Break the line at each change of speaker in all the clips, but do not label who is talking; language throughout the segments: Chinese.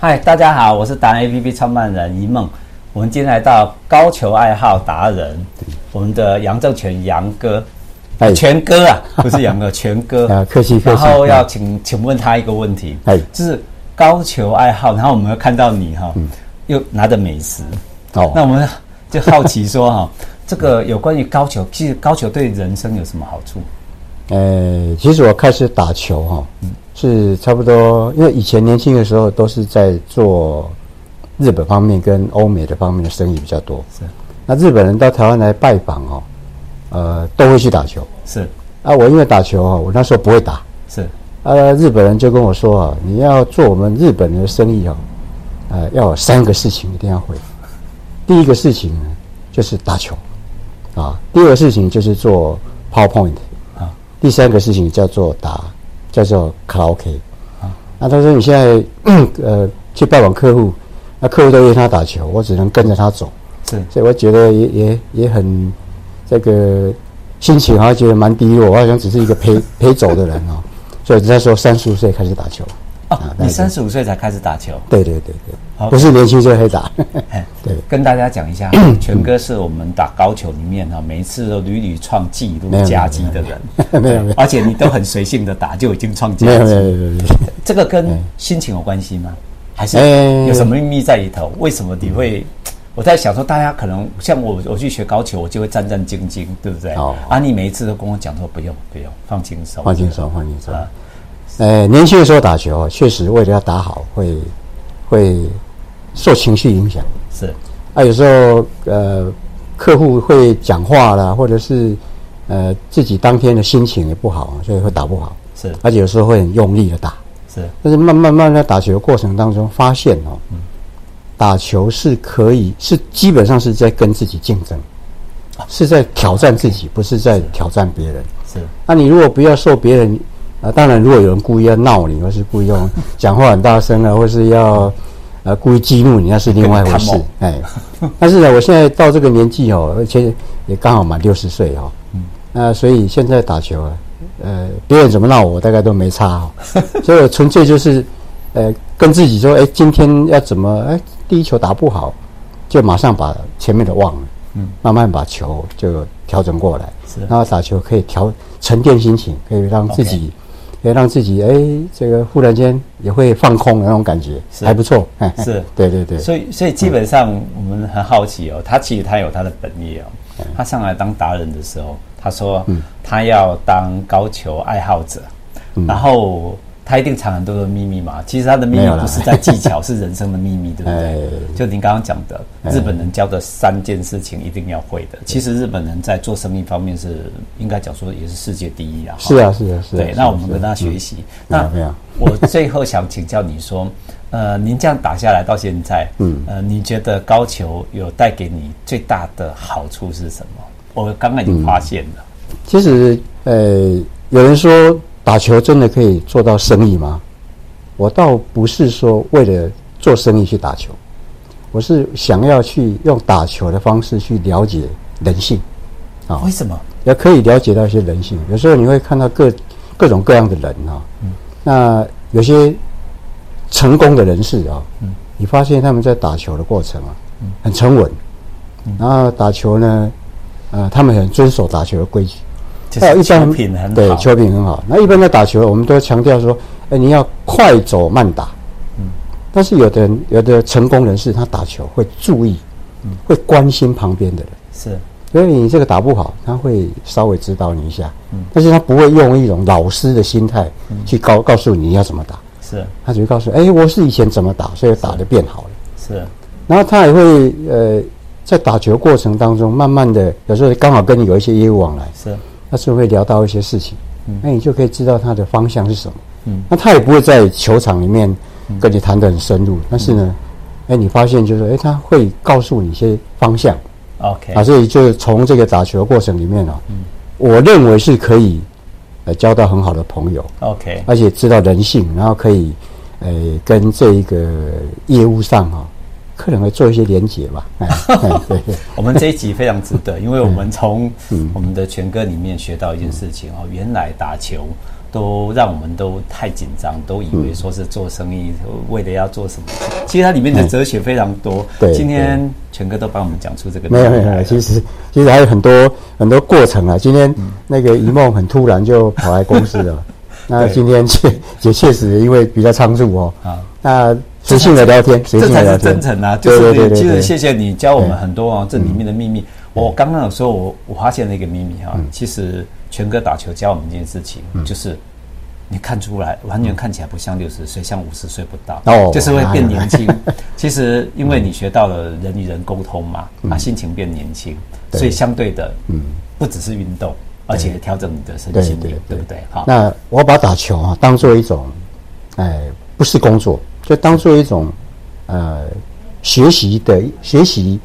嗨，大家好，我是达人 APP 创办人一梦。我们今天来到高球爱好达人，我们的杨正全杨哥，
哎
全哥 啊，不是杨哥，全哥
啊客气客气啊
然后要请请问他一个问题，
哎
就是高球爱好，然后我们又看到你哈、又拿着美食，
嗯哦
那我们就好奇说哈、 这个有关于高球，其实高球对人生有什么好处？
呃，其实我开始打球哈、
嗯
是差不多，因为以前年轻的时候都是在做日本方面跟欧美的方面的生意比较多。
是
那日本人到台湾来拜访哦，呃，都会去打球。
是
啊，我因为打球啊，我那时候不会打，
是
呃，日本人就跟我说啊，你要做我们日本人的生意哦，呃，要有三个事情一定要会。第一个事情呢，就是打球，啊，第二个事情就是做 PowerPoint，
啊
第三个事情叫做打，叫做卡拉 OK。那啊他说你现在呃去拜访客户，那客户都约他打球，我只能跟着他走，
是
所以我觉得也也也很这个心情好像觉得蛮低落，我好像只是一个陪 陪走的人哦。所以那时候三十五岁开始打球，啊
哦，你三十五岁才开始打球。
对对对
好
对，不是年轻就会打，
哎
对
跟大家讲一下，
嗯
全哥是我们打高球里面哈，每一次都屡屡创纪录
没有
佳绩的人，
没有没有
而且你都很随性的打，就已经创佳
没有没有没
绩。
有没有。
这个跟心情有关系吗？还是
哎
有什么秘密在里头？为什么你会？我在想说，大家可能像我，我去学高球，我就会战战兢兢，对不对？
哦
啊，你每一次都跟我讲说不用不用，放轻松，
换轻松，换轻松
啊。
呃，年轻的时候打球啊，确实为了要打好，会会受情绪影响
是
啊。有时候呃，客户会讲话啦，或者是呃自己当天的心情也不好，所以会打不好，
是
而且有时候会很用力的打。
是
但是慢慢慢慢在打球的过程当中，发现哦，打球是可以是基本上是在跟自己竞争，是在挑战自己，不是在挑战别人。
是
那你如果不要受别人，呃，当然如果有人故意要闹你，或是故意用讲话很大声啊，或是要呃故意激怒你，那是另外一回事。哎，但是呢，我现在到这个年纪哦，而且也刚好满六十岁哦，那、所以现在打球啊，呃，别人怎么闹我，大概都没差哦。所以我纯粹就是，呃，跟自己说，哎，今天要怎么，哎，第一球打不好，就马上把前面的忘了，嗯，慢慢把球就调整过来。
是
然后打球可以调沉淀心情，可以让自己，可以让自己哎，这个忽然间也会放空的那种感觉，
是
还不错。嘿嘿
是
对对对，
所以，所以基本上我们很好奇哦，他其实他有他的本意
嗯
哦。他上来当达人的时候，他说他要当高球爱好者，
嗯
然后他一定藏很多的秘密嘛。其实他的秘
没
密
有啦
不是在技巧，是人生的秘密，对不
哎
对？就您刚刚讲的，日本人教的三件事情一定要会的。其实日本人在做生意方面是应该讲说也是世界第一啊。哈
是啊是啊是啊。
对，那我们跟他学习。
嗯
那
没有没有
我最后想请教你说，呃，您这样打下来到现在，嗯，呃，你觉得高球有带给你最大的好处是什么？我刚刚已
嗯
经发现了，
其实呃，有人说打球真的可以做到生意吗？我倒不是说为了做生意去打球，我是想要去用打球的方式去了解人性，啊、
为什么？
也可以了解到一些人性。有时候你会看到各各种各样的人啊、
嗯
那有些成功的人士啊、
嗯
你发现他们在打球的过程啊，很沉稳，
嗯
然后打球呢，呃，他们很遵守打球的规矩。
就
还有
是
哦一般
球品很好，
对，球品很好。那一般在打球，我们都强调说，哎，你要快走慢打。
嗯
但是有的人，有的成功人士，他打球会注意，
嗯
会关心旁边的人。
是
所以你这个打不好，他会稍微指导你一下，但是他不会用一种老师的心态去告告诉你要怎么打，
是
他只会告诉，哎、我是以前怎么打，所以打得变好了。
是
然后他也会呃，在打球过程当中，慢慢的，有时候刚好跟你有一些业务往来，
是
他是会聊到一些事情，那你就可以知道他的方向是什么。
嗯
那他也不会在球场里面跟你谈得很深入，但是呢，哎、你发现就是，哎、他会告诉你一些方向。
OK，
啊，所以就是从这个打球的过程里面啊，
嗯
我认为是可以呃交到很好的朋友，
OK，
而且知道人性，然后可以呃跟这一个业务上啊，可能会做一些连结吧。哎哎对对
我们这一集非常
嗯
值得，因为我们从我们的全歌里面学到一件事情哦，原来打球都让我们都太紧张，都以
嗯
为说是做生意、为了要做什么。其实它里面的哲学非常多。
嗯对
今天全哥都帮我们讲出这个。
没有没有没有，其实其实还有很多很多过程啊。今天
嗯
那个一梦很突然就跑来公司 了，那
对
今天确 也确实因为比较仓促哦
啊，
那随性的聊天，随
这
性的
才
聊
是真，
天
诚啊！就
对
是
对对对
其实
对嗯
谢谢你教我们很多哦，这里面的秘密。我刚刚有说，我我发现了一个秘密哈、其实全哥打球教我们一件事情，
嗯
就是你看出来，完全看起来不像六十岁，像五十岁不到，
哦
就是会变年轻。 其实因为你学到了人与人沟通嘛，
嗯
啊，心情变年轻，所以相对的，嗯，不只是运动，而且调整你的身
对
心
对
灵，对不对？好，
那我把打球啊当做一种，哎，不是工作，就当做一种呃学习的学习，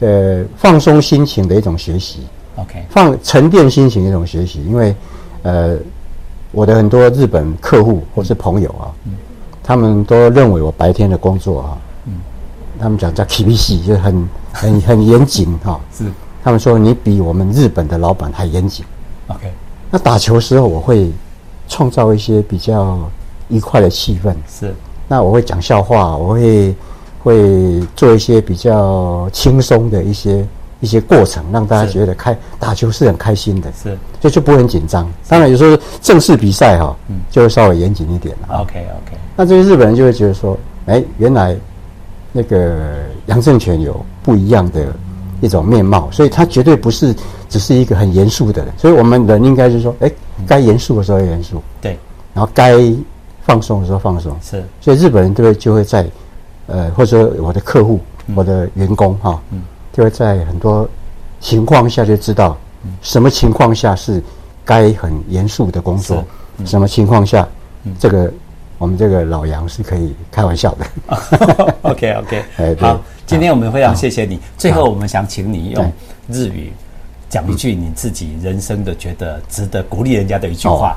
呃放松心情的一种学习。
OK，
放沉淀心情的一种学习，因为呃，我的很多日本客户或是朋友啊，他们都认为我白天的工作啊，他们讲叫 KPC，就是很很很严谨哈、
是
他们说你比我们日本的老板还严谨。
OK，
那打球时候我会创造一些比较愉快的气氛，
是
那我会讲笑话，我会会做一些比较轻松的一些一些过程，让大家
是
觉得开打球是很开心的，
是
这就不会很紧张。当然有时候正式比赛哈、就会稍微严谨一点啊。
OK OK，
那这些日本人就会觉得说，哎，原来那个杨正权有不一样的一种面貌，所以他绝对不是只是一个很严肃的人。所以我们人应该是说，哎，该严肃的时候要严肃，
对，
然后该放松的时候放松。
是
所以日本人就会就会在，呃，或者说我的客户、
嗯
我的员工哈、就会在很多情况下就知道，
嗯
什么情况下是该很严肃的工作
是，嗯
什么情况下，这个我们这个老杨是可以开玩笑的。
OK OK，
哎对
好，今天我们非常谢谢你。最后，我们想请你
哎
用日语讲一句你自己人生的觉得值得鼓励人家的一句话。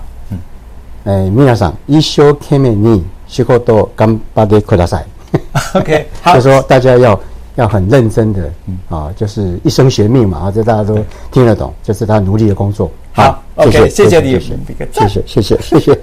哎，皆さん一生懸命に仕事を頑張ってください。 哦
OK，好嗯
就，说大家要要很认真的啊，就是一生学命嘛啊，这大家都听得懂，就是他努力的工作。
好，OK，谢谢你
谢谢，谢谢，谢谢，谢谢。